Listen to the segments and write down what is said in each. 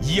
以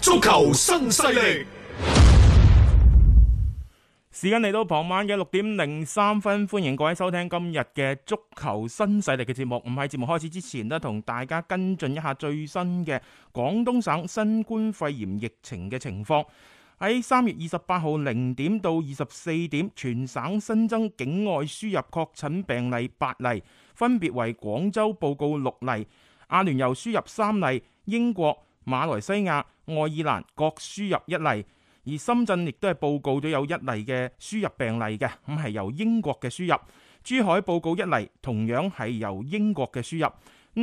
足球新勢力，時間嚟到傍晚嘅六點零三分，歡迎各位收聽今日嘅足球新勢力嘅節目。唔喺節目開始之前呢，同大家跟進一下最新嘅廣東省新冠肺炎疫情嘅情況。喺三月二十八號零點到二十四點，全省新增境外輸入確診病例八例，分別為廣州報告六例，阿聯酋輸入三例，英國、馬來西亞、愛爾蘭各輸入一例。而深圳亦都係報告咗有一例嘅輸入病例嘅，咁係由英國嘅輸入。珠海報告一例，同樣係由英國嘅輸入。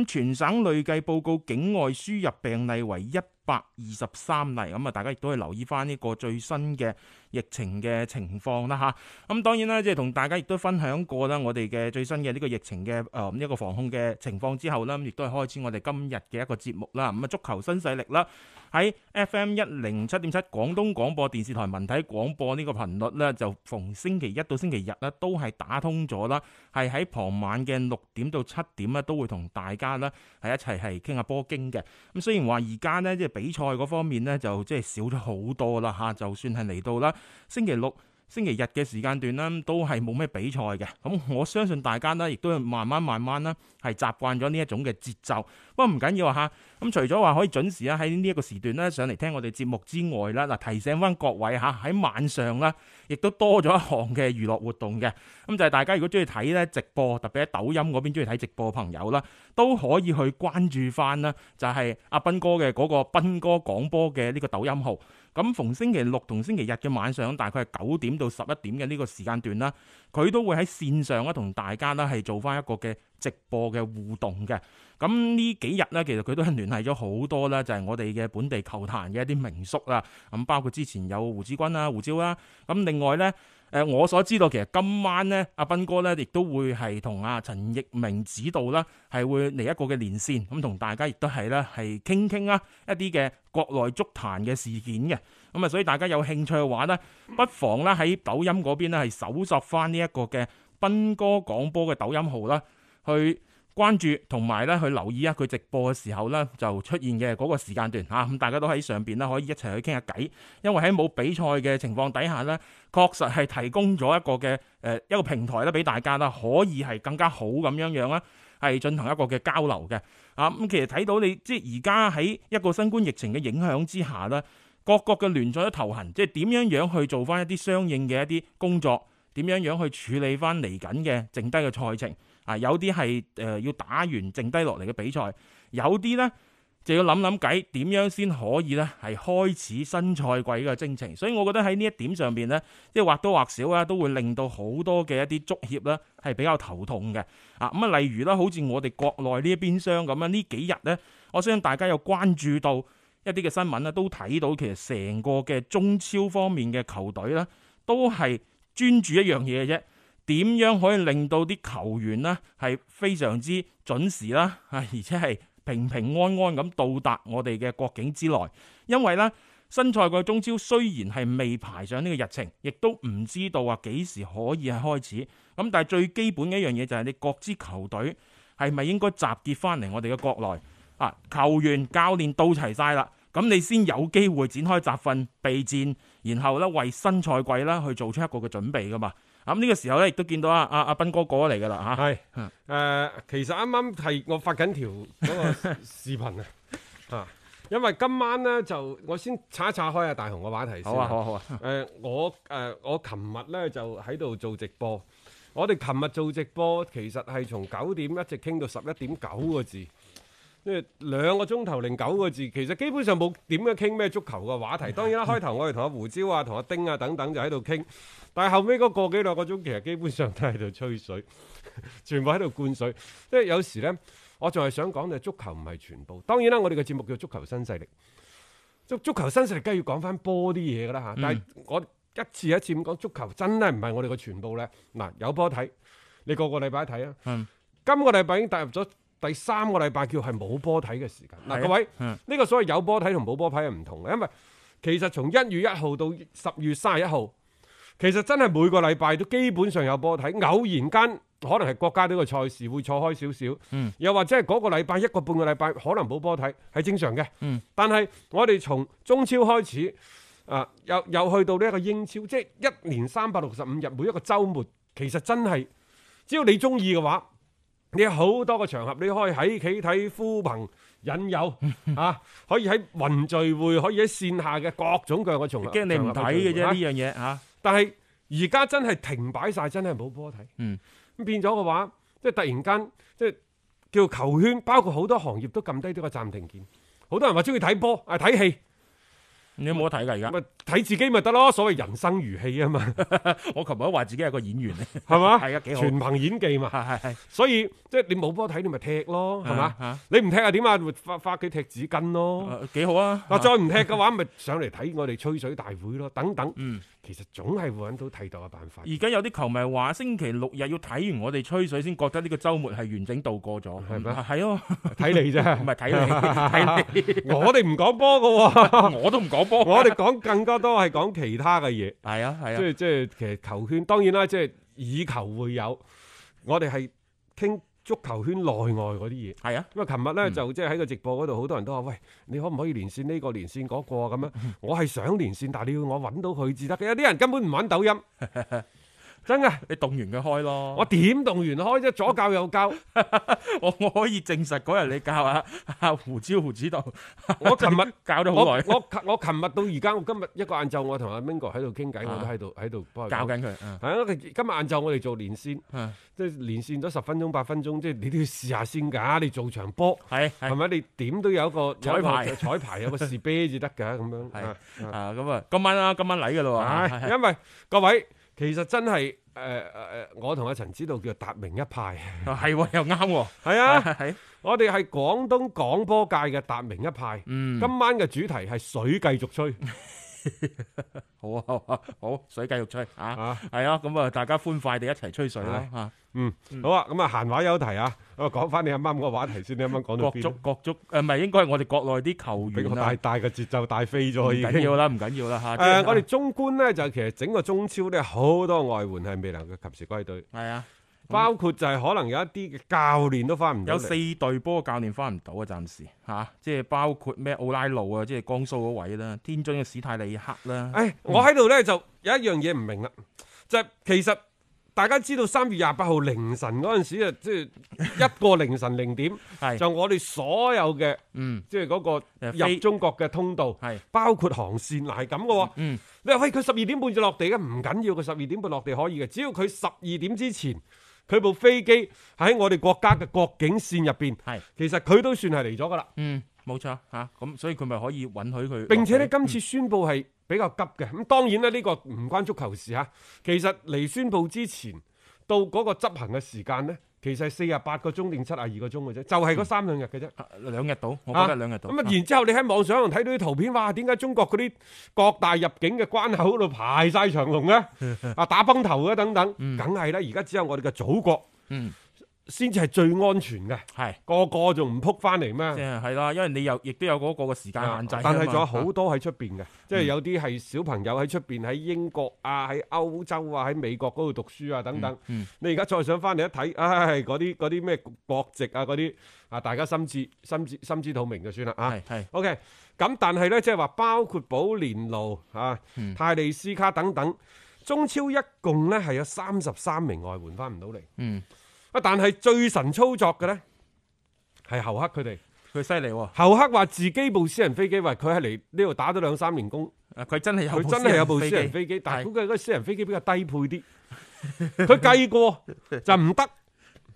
咁全省累計報告境外輸入病例為一百二十三例，咁啊大家亦都係留意翻呢個最新嘅疫情嘅情況啦吓，咁當然啦，即係同大家亦都分享過啦，我哋嘅最新嘅呢個疫情嘅誒呢個防控嘅情況之後啦，咁亦都係開始我哋今日嘅一個節目啦。咁啊足球新勢力啦，喺 FM 一零七點七廣東廣播電視台文體廣播呢個頻率呢，就逢星期一到星期日呢都係打通咗啦，係喺傍晚嘅六點到七點呢，都會同大家呢係一齊係傾下波經嘅。咁雖然話而家呢，即係比賽嗰方面呢，就即係少咗好多啦嚇，就算係嚟到啦星期六、星期日嘅時間段啦，都係冇咩比賽嘅。咁我相信大家呢，亦都慢慢慢慢啦，係習慣咗呢一種嘅節奏。不過唔緊要啊嚇。咁除咗話可以準時啦，喺呢一個時段呢上嚟聽我哋節目之外啦，嗱提醒翻各位嚇，喺晚上啦，亦都多咗一項嘅娛樂活動嘅。咁就係大家如果中意睇呢直播，特別喺抖音嗰邊中意睇直播嘅朋友啦，都可以去關注翻啦，就係阿斌哥嘅嗰個斌哥廣播嘅呢個抖音號。咁逢星期六同星期日嘅晚上，大概係九點到十一點嘅呢個時間段啦，佢都會喺線上咧同大家咧係做翻一個嘅直播嘅互動嘅。咁呢幾日呢，其實佢都係聯繫咗好多啦，就係我哋嘅本地球壇嘅一啲名宿啦。咁包括之前有胡志軍啦、胡椒啦。咁另外呢，誒我所知道其實今晚呢，阿斌哥呢亦都會係同阿陳奕明指導啦，係會嚟一個嘅連線，咁同大家亦都係咧係傾傾啦一啲嘅國內足壇嘅事件嘅。咁啊，所以大家有興趣嘅話呢，不妨咧喺抖音嗰邊咧係搜索翻呢一個嘅斌哥廣播嘅抖音號啦，去關注同埋咧去留意啊佢直播嘅時候咧就出現嘅嗰個時間段嚇，咁大家都喺上邊咧可以一齊去傾下偈，因為喺冇比賽嘅情況底下咧，確實係提供咗一個嘅誒一個平台咧俾大家啦，可以係更加好咁樣樣啦。係進行一個嘅交流嘅，啊咁其實睇到你即係而家喺一個新冠疫情嘅影響之下咧，各國嘅聯賽都頭痕，即係點樣樣去做翻一啲相應嘅一啲工作，點樣樣去處理翻嚟緊嘅剩低嘅賽程啊，有啲係誒要打完剩低落嚟嘅比賽，有啲呢就要諗諗計點樣先可以呢係開始新賽季嘅征程，所以我覺得喺呢一點上邊呢，即係或多或少啊，都會令到好多嘅一啲足協呢係比較頭痛嘅。啊咁啊，例如啦，好似我哋國內呢一邊廂咁樣，啊呢幾日呢，我相信大家有關注到一啲嘅新聞咧，都睇到其實成個嘅中超方面嘅球隊呢，都係專注一樣嘢嘅啫，點樣可以令到啲球員呢係非常之準時啦，啊，而且係平平安安咁到達我哋嘅國境之內，因為呢。新賽季中超雖然係未排上呢個日程，亦都唔知道話幾時可以係開始。咁但係最基本嘅一樣嘢就係你各支球隊係咪應該集結翻嚟我哋嘅國內啊？球員、教練到齊晒啦，咁你先有機會展開集訓備戰，然後咧為新賽季啦去做出一個嘅準備噶嘛。咁、呢個時候咧亦都見到阿阿阿斌哥過咗嚟噶啦嚇，係誒、 其實啱啱係我發緊條嗰個視頻啊，啊，因為今晚呢，就我先查一查開阿大雄個話題先。好啊，好啊，好啊。 誒、呃我誒、我琴日咧就喺度做直播。我哋琴日做直播，其實係從九點一直傾到十一點九個字，即係兩個鐘頭零九個字。其實基本上冇點樣傾咩足球嘅話題。當然啦，開頭我哋同阿胡椒啊、同阿丁啊等等就喺度傾，但係後尾嗰個幾兩個鐘，其實基本上都喺度吹水，全部喺度灌水。即係有時呢，我仲係想講就係足球唔係全部。當然啦，我哋嘅節目叫足球新勢力。足足球新勢力梗係要講翻波啲嘢㗎啦嚇，但係嗯我一次一次咁講足球真係唔係我哋嘅全部咧。嗱，有波睇，你個個禮拜睇啊。嗯今個禮拜已經踏入咗第三個禮拜叫係冇波睇嘅時間。係啊嗱，各位，嗯呢、個所謂有波睇同冇波睇係唔同嘅，因為其實從一月一號到十月三十一號，其實真係每個禮拜都基本上有波睇，偶然間。可能係國家隊嘅賽事會錯開少少，嗯又或者係嗰個禮拜一個半個禮拜可能冇波睇係正常嘅。嗯但係我哋從中超開始，啊，又又去到呢一個英超，即係一年三百六十五日，每一個週末，其實真係只要你中意嘅話，你有好多個場合，你可以喺企睇、呼朋引友嗯啊，可以喺雲聚會，可以喺線下嘅各種各樣嘅場合。驚你唔睇嘅啫場合呢聚會啊樣嘢嚇。但係而家真係停擺晒，真係冇波睇。嗯，咁變咗嘅話，即係突然間，即係叫球圈，包括好多行業都撳低咗個暫停鍵。好多人話中意睇波啊，睇戲。你有冇得睇㗎而家？咪睇自己咪得咯，所謂人生如戲啊嘛， 我琴日都話自己係個演員嚟，係嘛？ 係啊幾好全憑演技嘛。係係係，所以即係你冇波睇，你咪踢啊咯，係嘛？嘛？你唔踢啊點啊？咪發發佢踢紙巾咯。誒幾好啊！嗱，再唔踢嘅話，咪上嚟睇我哋吹水大會咯，等等。嗯，其實總係會揾到替代嘅辦法。而家有啲球迷話星期六日要睇完我哋吹水先覺得呢個週末係完整度過咗，啊係咩係咯，睇你啫， 唔係睇 你睇你，我哋唔講波嘅喎， 我都唔講 波。我哋講更加多係講其他嘅嘢。係啊係即啊，係即係其實球圈當然啦，即係以球會友，我哋係傾足球圈內外嗰啲嘢。係啊，咁啊，琴日咧嗯就即係喺個直播嗰度，好多人都話：喂，你可唔可以連線呢個連線嗰個啊？咁 樣，我係想連線，但係你要我揾到佢至得嘅。有啲人根本唔玩抖音， 真嘅，你動完佢開咯。我點動員開啫？左教右教。 我我可以證實嗰日你教阿 阿胡椒胡指導，我琴日教咗我好我耐，琴我琴日到而家，我今日一個晏晝，我同阿 Mingo 喺度傾偈，我都喺度喺度幫佢 教講。緊佢。嗯係啊，今日晏晝我哋做連線，嗯即係連線咗十分鐘八分鐘，即係你都要試下先㗎。你做場波。係係係咪？你點都有一個彩有排一個彩排有個士啤至得㗎咁樣。 係啊啊啊咁啊，今晚啦，今晚嚟噶啦喎。啊唉，因為各位其實真係誒誒，我同阿陳指導叫達明一派， 係喎，又啱喎，係啊，係係我哋係廣東廣播界嘅達明一派。嗯，今晚嘅主題係水繼續吹好啊好啊好，水繼續吹啊，啊！係啊，咁啊，大家歡快地一齊吹水啦係嚇。嗯，好啊，咁啊閒話休題啊，咁啊講翻你啱啱個話題先，你啱啱講國到足邊？啊國足呃誒，唔係應該係我哋國內啲球俾員我啦帶，帶個節奏帶飛唔咗已緊經要。啦，唔緊要啦誒、嚇。即係我哋中觀呢，就其實整個中超呢，好多外援係未能夠及時歸隊。係啊，包括就係可能有一啲嘅教練都翻唔到有嚟四隊波教練翻唔到啊，暫時嚇，即係包括咩奧拉路啊，即係江蘇嗰位啦，天津嘅史泰利克啦，唉，我喺度呢，就有一樣嘢唔明啦，就係其實大家知道三月廿八號凌晨嗰陣時啊，即係一個凌晨零點，係就我哋所有嘅嗯即係嗰個誒入飛中國嘅通道，係包括航線嗱係咁嘅喎。嗯你話喂佢十二點半就落地嘅，唔緊要，佢十二點半落地可以嘅，只要佢十二點之前佢部飛機喺我哋國家嘅國境線入邊，係其實佢都算係嚟咗㗎啦。嗯冇錯嚇，咁所以佢咪可以允許佢，並且咧，今次宣佈係比較急嘅。咁當然啦，呢、個唔關足球事嚇。其實嚟宣佈之前到嗰個執行嘅時間呢，其實係四十八個鐘定七十二個鐘嘅啫，就係、嗰三兩日嘅啫。啊兩日到，我覺啊得兩日到。咁啊，然之後你喺網上可能睇到啲圖片，哇！點解中國嗰啲各大入境嘅關口嗰度排晒長龍嘅，啊打崩頭嘅等等，梗係啦！而家只有我哋嘅祖國，嗯，先至係最安全嘅，係個個仲唔撲翻嚟咩？即係係啦，因為你又亦都有嗰個嘅時 À, 間限制啊嘛，但係仲有好啊多喺出邊嘅，即係有啲係小朋友喺出邊，喺英國啊、喺歐洲啊、喺美國嗰度讀書啊等等。嗯你而家再想翻嚟一睇，唉、嗰啲嗰啲咩國籍啊，嗰啲啊，大家心知心知心知肚明就算啦啊係。係 OK，咁但係呢，即係話包括保連奴啊、嗯泰利斯卡等等，中超一共呢係有三十三名外援翻唔到嚟。嗯啊，但係最神操作嘅呢，係侯克佢哋。佢犀利喎，侯克話自己部私人飛機，喂，佢係嚟呢度打咗兩三年工，啊佢真係有佢真係有部私人人飛飛機機，但係係估計嗰個私人飛機比較低配啲。佢計過就唔得，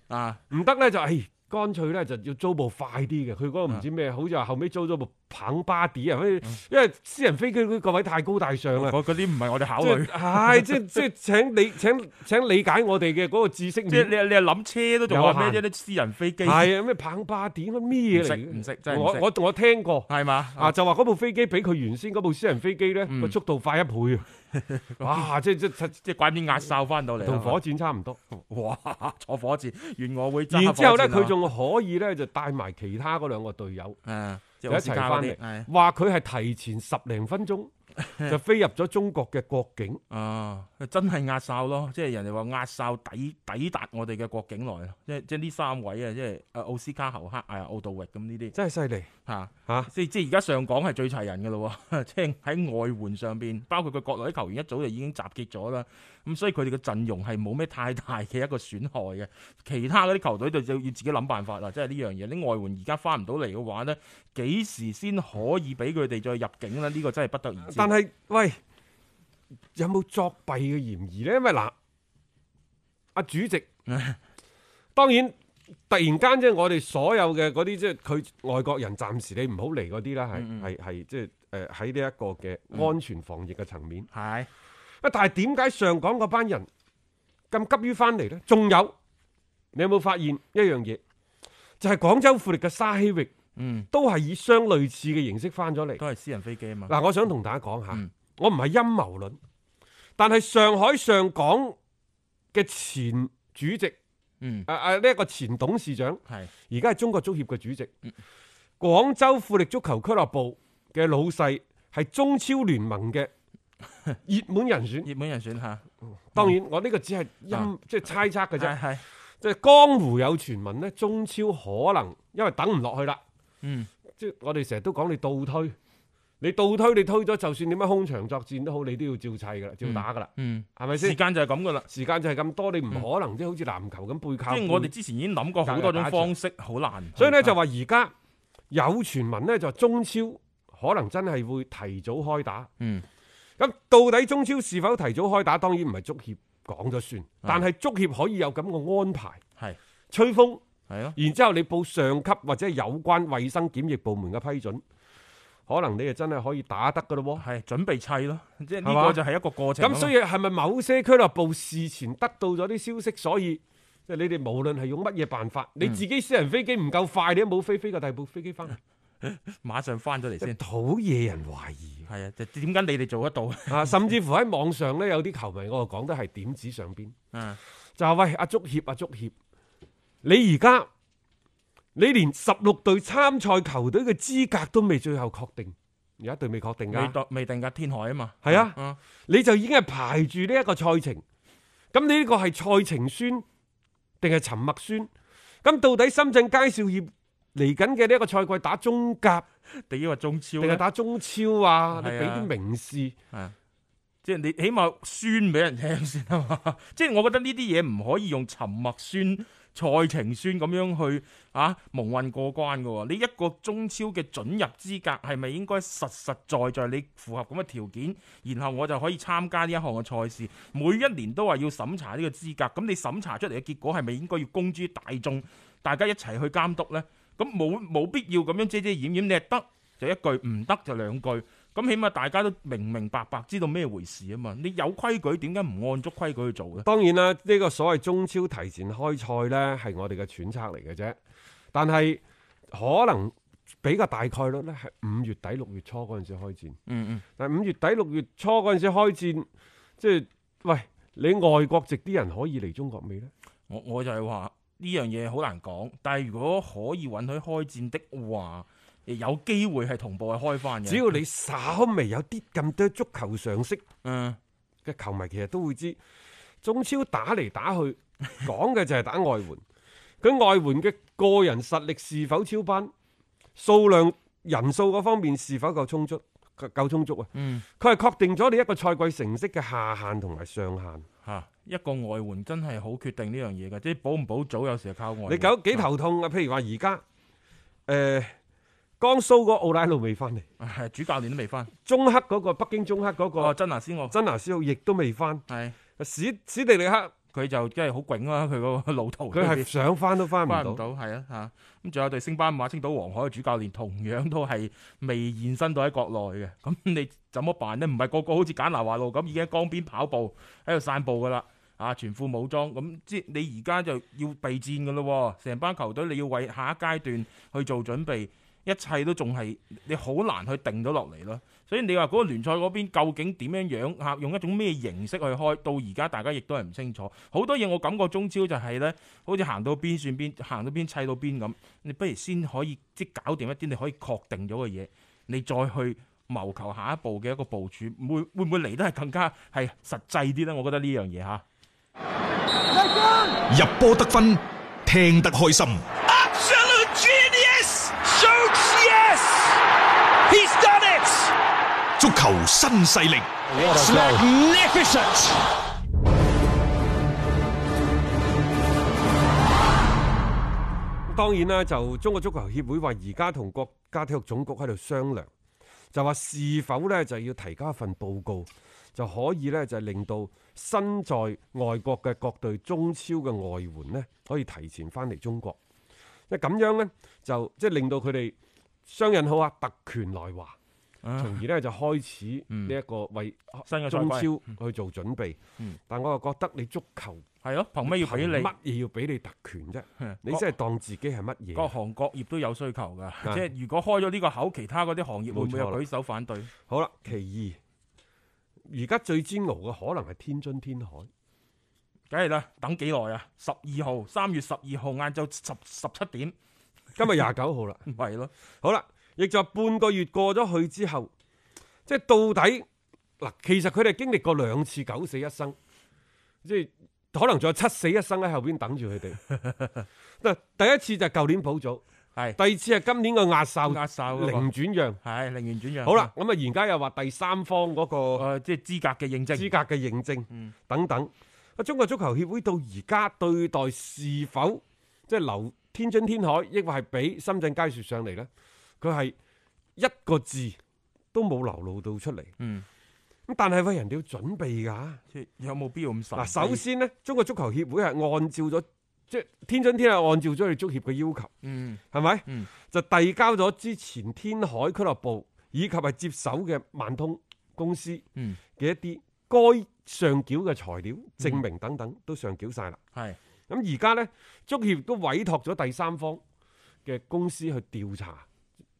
啊，唔得咧就唉，乾脆咧就要租部快啲嘅。佢嗰個啊唔知咩，好似話後尾租咗部彭巴迪啊，嗯因為私人飛機嗰個位太高大上啦。嗰嗰啲唔係我哋考啊即慮，係即係即係請理請請理解我哋嘅嗰個知識即係面你你係諗車都仲嗯有話咩限啫？啲私人飛機係啊咩棒巴點啊咩嘢嚟嘅？唔識唔識真係唔我識我我聽過係嘛？啊，就話嗰部飛機比佢原先嗰部私人飛機咧個速度快一 倍啊！哇，即即即即係怪唔知壓哨翻到嚟啊，同火箭差唔多。哇 坐火箭，願我會揸然之後咧，火箭啊佢仲可以咧就帶埋其他嗰兩個隊友誒啊即就係一奧斯齊卡翻嗰啲係啊嚟，話佢係提前十零分 鐘就飛入咗中國嘅國境。啊，真係壓哨咯，即係人哋話壓哨抵抵達我哋嘅國境內咯，即係即係呢三位啊，即係誒奧斯卡、侯克、誒奧道域咁呢啲真係犀利嚇，嚇！即係即係而家上港係最齊人嘅咯喎， 即係喺外援上邊，包括佢國內啲球員一早就已經集結咗啦，咁所以佢哋嘅陣容係冇咩太大嘅一個損害嘅，其他嗰啲球隊就就要自己諗辦法啦，即係呢樣嘢，啲外援而家翻唔到嚟嘅話咧，幾時先可以俾佢哋再入境咧？呢、個真係不得而知。但係喂，有冇作弊嘅嫌疑咧？因為嗱，阿主 席當然突然間即係我哋所有嘅嗰啲即係佢外國人，暫時你唔好嚟嗰啲啦，係係係即係誒喺呢一個嘅安全防疫嘅層面。係啊，但係點解上港嗰班人咁急於翻嚟咧？仲有你有冇發現一樣嘢？就係、廣州富力嘅沙希域嗯，都係以相類似嘅形式翻咗嚟。都係私人飛機啊嘛。嗱，我想同大家講下，嗯我唔係陰謀論，但係上海上港嘅前主席，嗯，啊啊呢一個前董事長，係而家係中國足協嘅主席，嗯廣州富力足球俱樂部嘅老細係中超聯盟嘅熱門人選。熱門人選嚇，當然，我呢個只係陰嗯啊，即係猜測嘅啫係。係即係江湖有傳聞咧，中超可能因為等唔落去啦。嗯，即係我哋成日都講你倒推，你倒推你推咗，就算點樣空場作戰都好，你都要照砌噶啦，照打噶啦，嗯，係咪時先？間就係咁噶啦。時間就係咁多，你唔可能即係好似籃球咁背即靠背。係我哋之前已經諗過好多種方式，好難。所以咧就話而家有傳聞咧，就中超可能真係會提早開打。嗯，咁到底中超是否提早開打，當然唔係足協講咗算，但係足協可以有咁嘅安排，啊係吹風。係咯，然之後你報上級或者有關衛生檢疫部門嘅批准，可能你就真係可以打得噶咯係準備砌咯，即係呢係嘛個就係一個過喎。啊程啊咁嘛。所以係咪某些俱樂部事前得到咗啲消息，所以即係你哋無論係用乜嘢辦法，你自己私人飛機唔夠快，你都冇飛飛過第二部飛機翻嚟，馬上翻咗嚟先。討惹人懷疑係啊，就點解你哋做得到？啊！甚至乎喺網上咧，有啲球迷我講得係點子上邊，嗯，就係喂阿足協啊足協，你而家你連十六隊參賽球隊嘅資格都未最後確定，而家隊未確定㗎。未到未定㗎，天海啊嘛。係啊嗯，你就已經係排住呢一個賽程。咁你呢個係賽程宣定係沉默宣？咁到底深圳佳兆業嚟緊嘅呢一個賽季打中甲第一話啊中超定呢係打中超啊？你係啊俾啲明示，即係你起碼宣俾人聽先啊嘛！ 即係我覺得呢啲嘢唔可以用沉默宣、賽程宣咁樣去啊蒙混過關嘅喎。你一個中超嘅準入資格係咪應該實實在在你符合咁嘅條件，然後我就可以參加呢一項嘅賽事？每一年都話要審查呢個資格，咁你審查出嚟嘅結果係咪應該要公諸大眾，大家一齊去監督呢？咁冇冇必要咁樣遮遮掩掩，你係得就一句，唔得就兩句。咁起碼大家都明明白白知道咩回事啊嘛！你有規矩，點解唔按足規矩去做咧？當然啦，呢、個所謂中超提前開賽呢，係我哋嘅揣測嚟嘅啫。但係可能比較大概率呢，係五月底六月初嗰陣時開戰。嗯但係五月底六月初嗰陣時開戰，即係喂，你外國籍啲人可以嚟中國未呢？嗯，我我就係話呢樣嘢好難講，但係如果可以允許開戰的話，有機會係同步係開翻嘅。只要你稍微有啲咁多足球常識嗯嘅球迷，其實都會知中超打嚟打去講嘅就係打外援，佢外援嘅個人實力是否超班，數量人數嗰方面是否夠充足？夠夠充足啊！嗯佢係確定咗你一個賽季成績嘅下限同埋上限。嚇、一個外援真係好決定呢樣嘢嘅，即係保唔保組有時係靠外援。你搞幾頭痛啊？譬如話而家，誒、江蘇嗰個奧拉路未翻嚟，唉啊主教練都未翻，中黑嗰、個北京中黑嗰、哦，個真拿斯我真拿斯奧亦都未翻，係史史地利克佢就真係好囧啦，佢嗰個路途佢係想翻都翻唔翻到。唔到，係啊嚇。咁仲有對星斑馬、青島黃海嘅主教練，同樣都係未現身到喺國內嘅。咁 你怎麼辦呢？唔係個個好似簡拿華路咁已經喺江邊跑步，喺度散步噶啦。啊，全副武裝咁，即係你而家就要備戰噶咯喎。成班球隊你要為下一階段去做準備，一切都仲係你好難去定到落嚟咯。所以你話嗰個聯賽嗰邊究竟點樣樣嚇，用一種咩形式去開，到而家大家亦都係唔清楚。好多嘢我感覺中超就係呢。好似行到邊算邊，行到邊砌到邊咁，你不如先可以即係搞掂一啲你可以確定咗嘅嘢，你再去謀求下一步嘅一個部署，會會唔會嚟得係更加係實際啲呢？我覺得呢樣嘢嚇。入波得分，聽得開心。 Absolute genius! Shoots yes! He's done it! 足球新勢力 It's magnificent! 當然啦，就中國足球協會話而家同國家體育總局喺度商量，就話是否呢就要提交一份報告，就可以呢就令到身在外國嘅各隊中超嘅外援呢，可以提前翻嚟中國。即咁樣呢，就即係令到佢哋雙引號啊特權來華，啊從而呢就開始呢一個為新嘅賽季中超去做準備。但我又覺得你足球係咯，憑嗯咩要俾憑乜你？嘢要俾你特權啫？ 你各真係當自己係乜嘢？各行各業都有需求㗎，係即係如果開咗呢個口，其他嗰啲行業會唔會有啊冇錯啦舉手反對？好啦，其二，而家最煎熬嘅可能係天津天海，梗係啦，等幾耐啊？十二號，三月十二號晏晝十十七點，今日廿九號 啦。係咯，好啦，亦就半個月過咗去之後，即係到底嗱，其實佢哋經歷過兩次九死一生，即係可能仲有七死一生喺後邊等住佢哋。 嗱，第一次就係舊年補組，係第二次係今年個壓哨壓哨嗰嗯個零轉讓。係零元轉讓。好啦，，咁啊而家又話第三方嗰個誒即係資格嘅認證。資格嘅認證等等。啊，中國足球協會到而家對待是否即係留天津天海，抑或係俾深圳佳雪上嚟呢？佢係一個字都冇流露到出嚟。嗯，咁但係喂，人哋要準備㗎。即係有冇必要咁神秘？嗱，首先呢，中國足球協會係按照咗即係天津天海按照咗你足協嘅要求，嗯，係咪？嗯就遞交咗之前天海俱樂部以及係接手嘅萬通公司嗯嘅一啲該上繳嘅材料、證明等等都上繳晒啦。嗯係。咁而家呢，足協都委託咗第三方嘅公司去調查，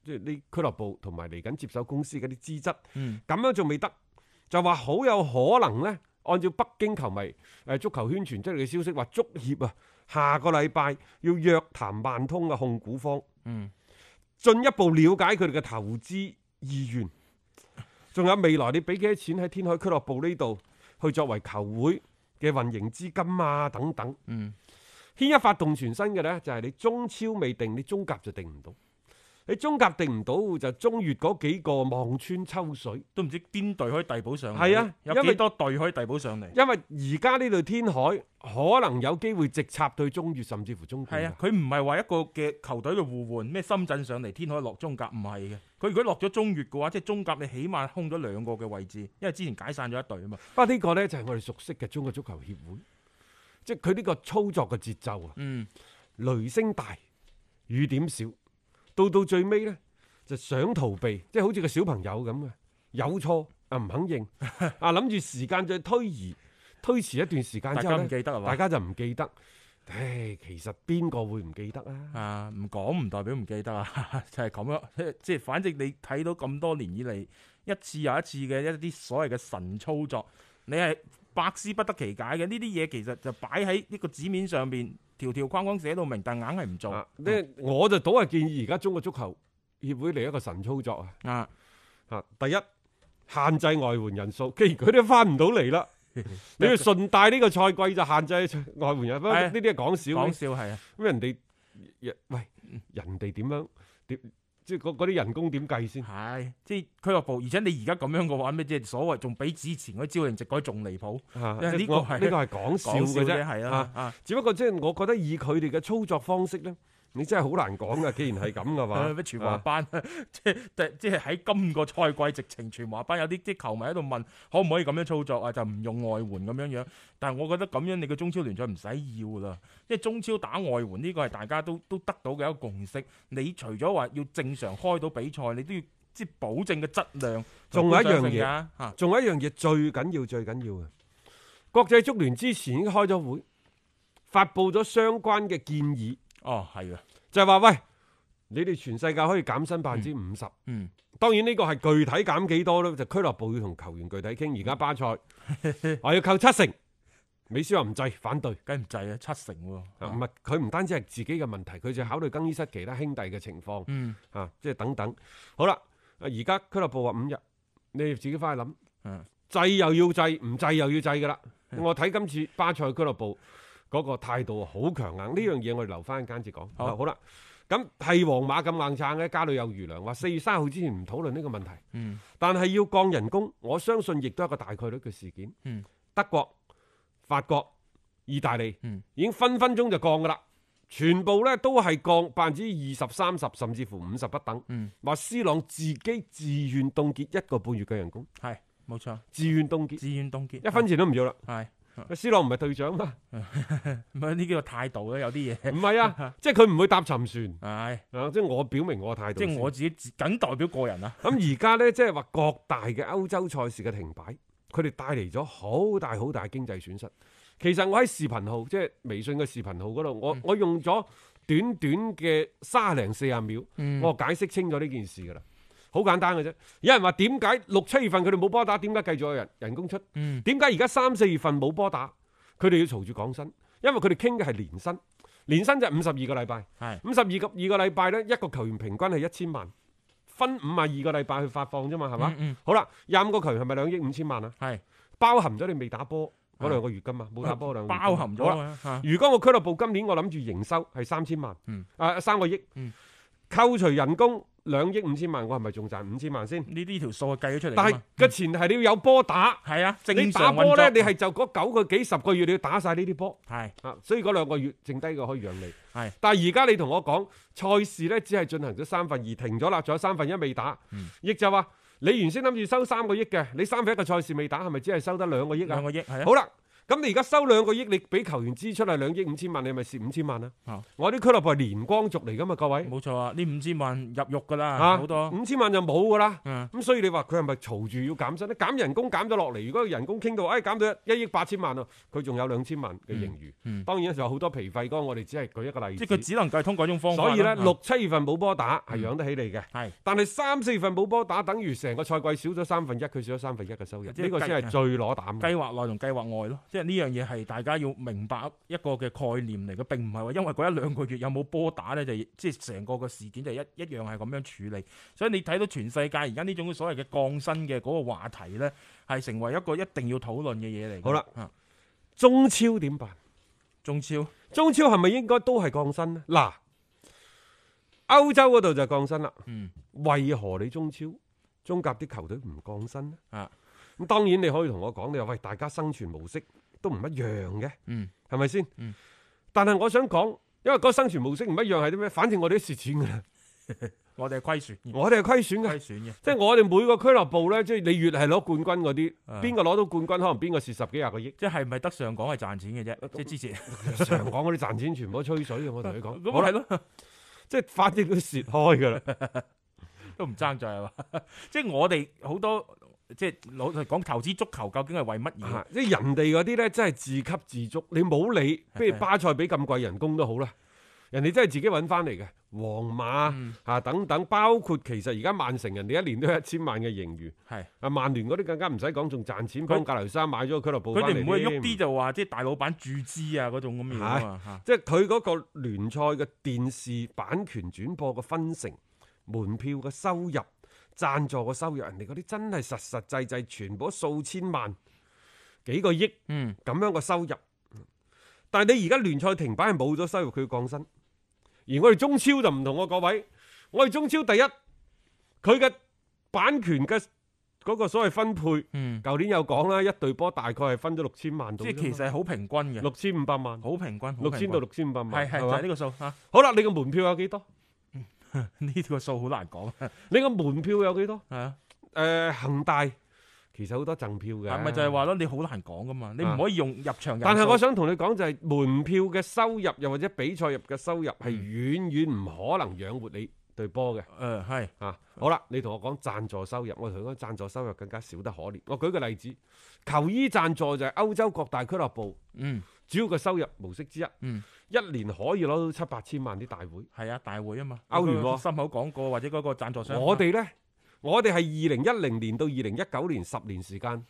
即係呢俱樂部同埋嚟緊接手公司嗰啲資質。嗯咁樣仲未得，就話好有可能呢，按照北京球迷誒足球圈傳出嚟嘅消息，話足協啊下個禮拜要約談萬通嘅控股方，嗯，進一步了解佢哋嘅投資意願，仲有未來你俾幾多錢喺天海俱樂部呢度去作為球會嘅運營資金啊等等。嗯，牽一髮動全身嘅呢，就係、你中超未定，你中甲就定唔到。你中甲定唔到，就中越嗰幾個望穿秋水。都唔知邊隊可以遞補上嚟。係啊有因幾為多隊可以遞補上嚟？因為而家呢隊天海可能有機會直插對中乙，甚至乎中冠係啊，㗎。佢唔係話一個嘅球隊嘅互換，咩深圳上嚟，天海落中甲，唔係嘅。佢如果落咗中乙嘅話，即係中甲你起碼空咗兩個嘅位置，因為之前解散咗一隊啊嘛。不過呢個呢，就係我哋熟悉嘅中國足球協會，即係佢呢個操作嘅節奏啊，嗯，雷聲大雨點少，到到最尾呢，就想逃避，即係好似個小朋友咁嘅，有錯啊唔肯 認啊，諗住時間再推移推遲一段時間大之家後唔呢，記得係大嘛？家就唔記得。唉，其實邊個會唔記得啊？啊，唔講唔代表唔記得啊， 就係咁咯。即係反正你睇到咁多年以嚟，一次又一次嘅一啲所謂嘅神操作，你係百思不得其解嘅。呢啲嘢其實就擺喺呢個紙面上邊，條條框框寫到明，但硬係唔做啊，咧我就倒係建議而家中國足球協會嚟一個神操作啊！ 啊啊，第一限制外援人數，既然佢都翻唔到嚟啦，你要順帶呢個賽季就限制外援人，不過係啊呢啲係講笑講嘅。笑係啊，咁人哋喂人哋點樣點即係嗰嗰啲人工點計先？係即係俱樂部，而且你而家咁樣嘅話，咩即係所謂仲比之前嗰啲招令直改仲離譜，啊因即為呢個我係呢個係講笑嘅啫，係啊啦啊，只不過即係我覺得以佢哋嘅操作方式咧，你真係好難講噶。既然係咁 嘅話，誒全華啊班， 即係即係喺今個賽季直情全華班有啲啲球迷喺度問，可唔可以咁樣操作啊？就唔用外援咁樣樣。但係我覺得咁樣你嘅中超聯賽唔使要啦，即係中超打外援呢個係大家都都得到嘅一個共識。你除咗話要正常開到比賽，你都要即係保證嘅質量仲同有一樣嘢觀賞性㗎嚇。仲有一樣嘢最緊要最緊要嘅，國際足聯之前已經開咗會，發布咗相關嘅建議，哦，係啊，就係話喂，你哋全世界可以減薪百分之五十。嗯，當然呢個係具體減幾多咧，就俱樂部要同球員具體傾。而家巴塞話要扣七成，美斯話唔制，反對。梗係唔制啊，七成喎。啊唔係佢唔單止係自己嘅問題，佢就考慮更衣室其他兄弟嘅情況。嗯，啊，即係等等。好啦，啊而家俱樂部話五日，你哋自己翻去諗。嗯制又要制，唔制又要制噶啦。啊我睇今次巴塞俱樂部嗰個態度好強硬，呢樣嘢我哋留翻間接講。好啊好啦，咁係皇馬咁硬撐嘅，家裏有餘糧，話四月三號之前唔討論呢個問題。嗯，但係要降人工，我相信亦都係一個大概率嘅事件。嗯，德國、法國、意大利，嗯已經分分鐘就降噶啦。全部咧都係降百分之二十、三十，甚至乎五十不等。嗯，話斯朗自己自願凍結一個半月嘅人工，係冇錯，自願凍結自啊願凍結一分錢都唔要啦。係斯朗唔係隊長 嘛？唔係呢叫做態度啦，有啲嘢唔係啊，即係佢唔會搭沉船係。啊！即係我表明我嘅態度即先。係我自己自僅代表個人啊！咁而家呢，即係話各大嘅歐洲賽事嘅停擺，佢哋帶嚟咗好大好大嘅經濟損失。其實我喺視頻號，即係微信嘅視頻號嗰度，我、我用咗短短嘅三零四十秒，我解釋清楚呢件事㗎啦。好簡單嘅啫，有人話點解六七月份佢哋冇波打，點解繼續有人人工出？嗯點解而家三四月份冇波打，佢哋要嘈住講薪？因為佢哋傾嘅係年薪，年薪就五十二個禮拜。係五十二個二個禮拜咧，一個球員平均係一千萬，分五廿二個禮拜去發放啫嘛，係嘛？嗯嗯好啦，廿五個球員係咪兩億五千萬啊？係包含咗你未打波嗰兩個月㗎嘛，冇打波兩個月㗎嘛包含咗好啦。啊嚇，如果我俱樂部今年我諗住營收係三千萬，嗯啊三個億，嗯扣除人工兩億五千萬，我係咪仲賺五千萬先？呢呢條數係計咗出嚟但㗎係嘛。個前提你要有波打，係啊，你正打常運波作呢，你係就嗰九個幾十個月你要打晒呢啲波。係啊，所以嗰兩個月剩低嘅可以讓你。係但係而家你同我講賽事呢，只係進行咗三分二，停咗啦，仲有三分一未打，嗯亦、就話你原先諗住收三個億嘅，你三分一嘅賽事未打，係咪只係收得兩個億兩啊？個億係啊，好啦，咁你而家收兩個億，你俾球員支出係兩億五千萬，你係咪蝕五千萬啊？啊我啲俱樂部係連光族嚟噶嘛，各位冇錯啊！呢五千萬入肉㗎啦，啊好多五千萬就冇噶啦。嗯咁所以你話佢係咪嘈住要減薪咧？減人工減咗落嚟，如果人工傾到，誒、哎、減到一一億八千萬啊，佢仲有兩千萬嘅盈餘。嗯嗯當然就有好多皮費哥，我哋只係舉一個例子。即係佢啊只能夠通過一種方法啦。所以咧，嚇六七月份冇波打係養得起你嘅，係但係三四月份冇波打，等於成個賽季少咗三分一，佢少咗三分一嘅收入，即係呢個先計啊係最攞膽嘅。計劃內同計劃外咯，即係呢樣嘢係大家要明白一個嘅概念嚟嘅，並唔係話因為嗰一兩個月有冇波打呢，就即係成個嘅事件就一一樣係咁樣處理。所以你睇到全世界而家呢種所謂嘅降薪嘅嗰個話題呢，係成為一個一定要討論嘅嘢嚟嘅。好啦啊，中超點辦？中超中超係咪應該都係降薪呢？嗱，歐洲嗰度就降薪啦。嗯，為何你中超、中甲啲球隊唔降薪呢？啊，咁當然你可以同我講，你話喂，大家生存模式都唔一樣嘅，嗯，係咪先？嗯，但係我想講，因為嗰個生存模式唔一樣係啲咩？反正我哋都蝕錢㗎啦，我哋係虧損，我哋係虧損㗎虧。損嘅。即係我哋每個俱樂部咧，即係你越係攞冠軍嗰啲啊，。邊個攞到冠軍，可能邊個蝕十幾廿個億即係咪得上港係賺錢嘅啊啫？即係之前 常講嗰啲賺錢全部都吹水嘅，我同你講。好咁係啦，咯，即係反正都蝕開 㗎啦。都唔爭在係嘛？ 即係我哋好多即係老實講，投資足球究竟係為乜嘢？啊即係人哋嗰啲咧，真係自給自足。你冇理， 譬如巴塞俾咁貴人工都好啦，人哋真係自己揾翻嚟嘅。皇嗯馬啊等等，包括其實而家曼城人哋一年都有一千萬嘅盈餘。係啊，曼聯嗰啲更加唔使講，仲賺錢幫格雷沙買咗個俱樂部佢翻嚟哋唔會喐添啲就話即係大老闆注資啊嗰種咁樣啊嘛嚇。即係佢嗰個聯賽嘅電視版權轉播嘅分成、門票嘅收入、贊助嘅收入，人哋嗰啲真係實實際際全部都數千萬、幾個億咁嗯樣嘅收入。但係你而家聯賽停擺係冇咗收入，佢要降薪。而我哋中超就唔同喎，各位，我哋中超第一，佢嘅版權嘅嗰個所謂分配，舊、嗯年有講啦，一隊波大概係分咗六千萬到即啫嘛，係其實係好平均嘅，六千五百萬，好平均，六千到六千五百萬，係係就嘛係呢個數嚇，好啦，你個門票有幾多？ 呢個數好難講，啊係你個門票有幾多？啊。誒、恒大其實好多贈票嘅，啊係咪就係話咯？你好難講噶嘛，你唔可以用入場人數。啊但係我想同你講就係門票嘅收入，又或者比賽入嘅收入係嗯遠遠唔可能養活你隊波嘅。誒係啊，好啦，你同我講贊助收入，我同你講贊助收入更加少得可憐。我舉個例子，球衣贊助就係歐洲各大俱樂部嗯主要嘅收入模式之一，嗯一年可以攞到七八千萬啲大會。係啊，大會啊嘛，歐聯喎嗰個心口廣告或者嗰個贊助商。我哋呢，我哋係二零一零年到二零一九年十年時間，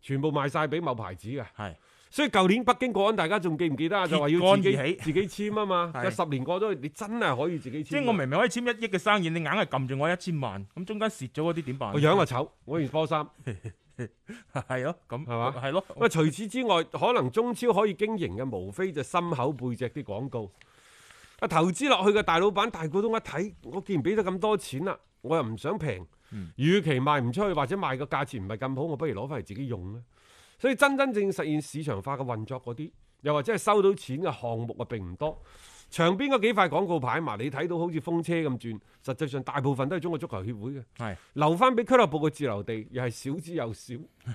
全部賣晒俾某牌子嘅。係所以舊年北京國安，大家仲記唔記得啊？就話揭竿要自己而起自己簽啊嘛。係有十年過咗去，你真係可以自己簽。即係我明明可以簽一億嘅生意，你硬係撳住我一千萬，咁中間蝕咗嗰啲點辦？個樣啊醜，我件波衫。 係咯，咁係嘛係咯，喂，除此之外，可能中超可以經營嘅，無非就心口背脊啲廣告。啊，投資落去嘅大老闆、大股東一睇，我既然俾咗咁多錢啦，我又唔想平，與其賣唔出去或者賣個價錢唔係咁好，我不如攞翻嚟自己用啦。所以真真正正實現市場化嘅運作嗰啲，又或者係收到錢嘅項目啊，並唔多。場邊嗰幾塊廣告牌嘛，你睇到好似風車咁轉，實際上大部分都係中國足球協會嘅，係留翻俾俱樂部嘅自留地，又係少之又少。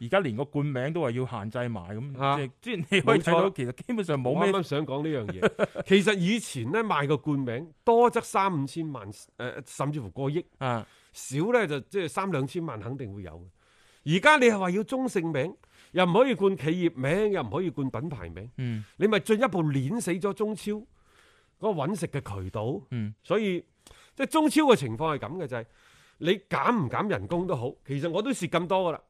而家連個冠名都話要限制埋啊咁，即係即 係你可以睇到，冇錯其實基本上冇我啱咩啱想講呢樣嘢。其實以前咧賣個冠名多則三五千萬，誒、甚至乎過億，啊，少咧就即係三兩千萬肯定會有嘅。而家你係話要中性名，又唔可以冠企業名，又唔可以冠品牌名，嗯你咪進一步碾死咗中超嗰個揾食嘅渠道。嗯所以即係中超嘅情況係咁嘅，就係、你減唔減人工都好，其實我都蝕咁多噶啦。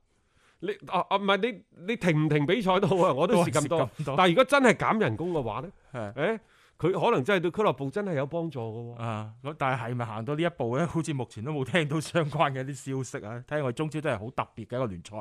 你啊啊唔係你你停唔停比賽都好啊，我都蝕咁都多係蝕咁。多但係如果真係減人工嘅話咧，係誒佢可能真係對俱樂部真係有幫助嘅喎。啊，咁但係係咪行到呢一步咧？好似目前都冇聽到相關嘅一啲消息啊！睇嚟我哋中超真係好特別嘅一個聯賽。